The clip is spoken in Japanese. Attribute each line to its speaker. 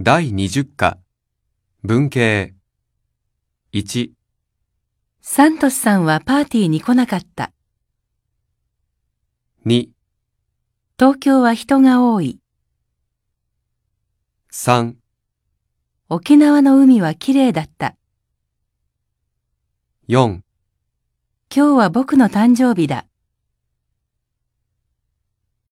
Speaker 1: 第20課、文系。1、
Speaker 2: サントスさんはパーティーに来なかった。
Speaker 1: 2、
Speaker 2: 東京は人が多い。
Speaker 1: 3、
Speaker 2: 沖縄の海は綺麗だった。
Speaker 1: 4
Speaker 2: 今日は僕の誕生日だ。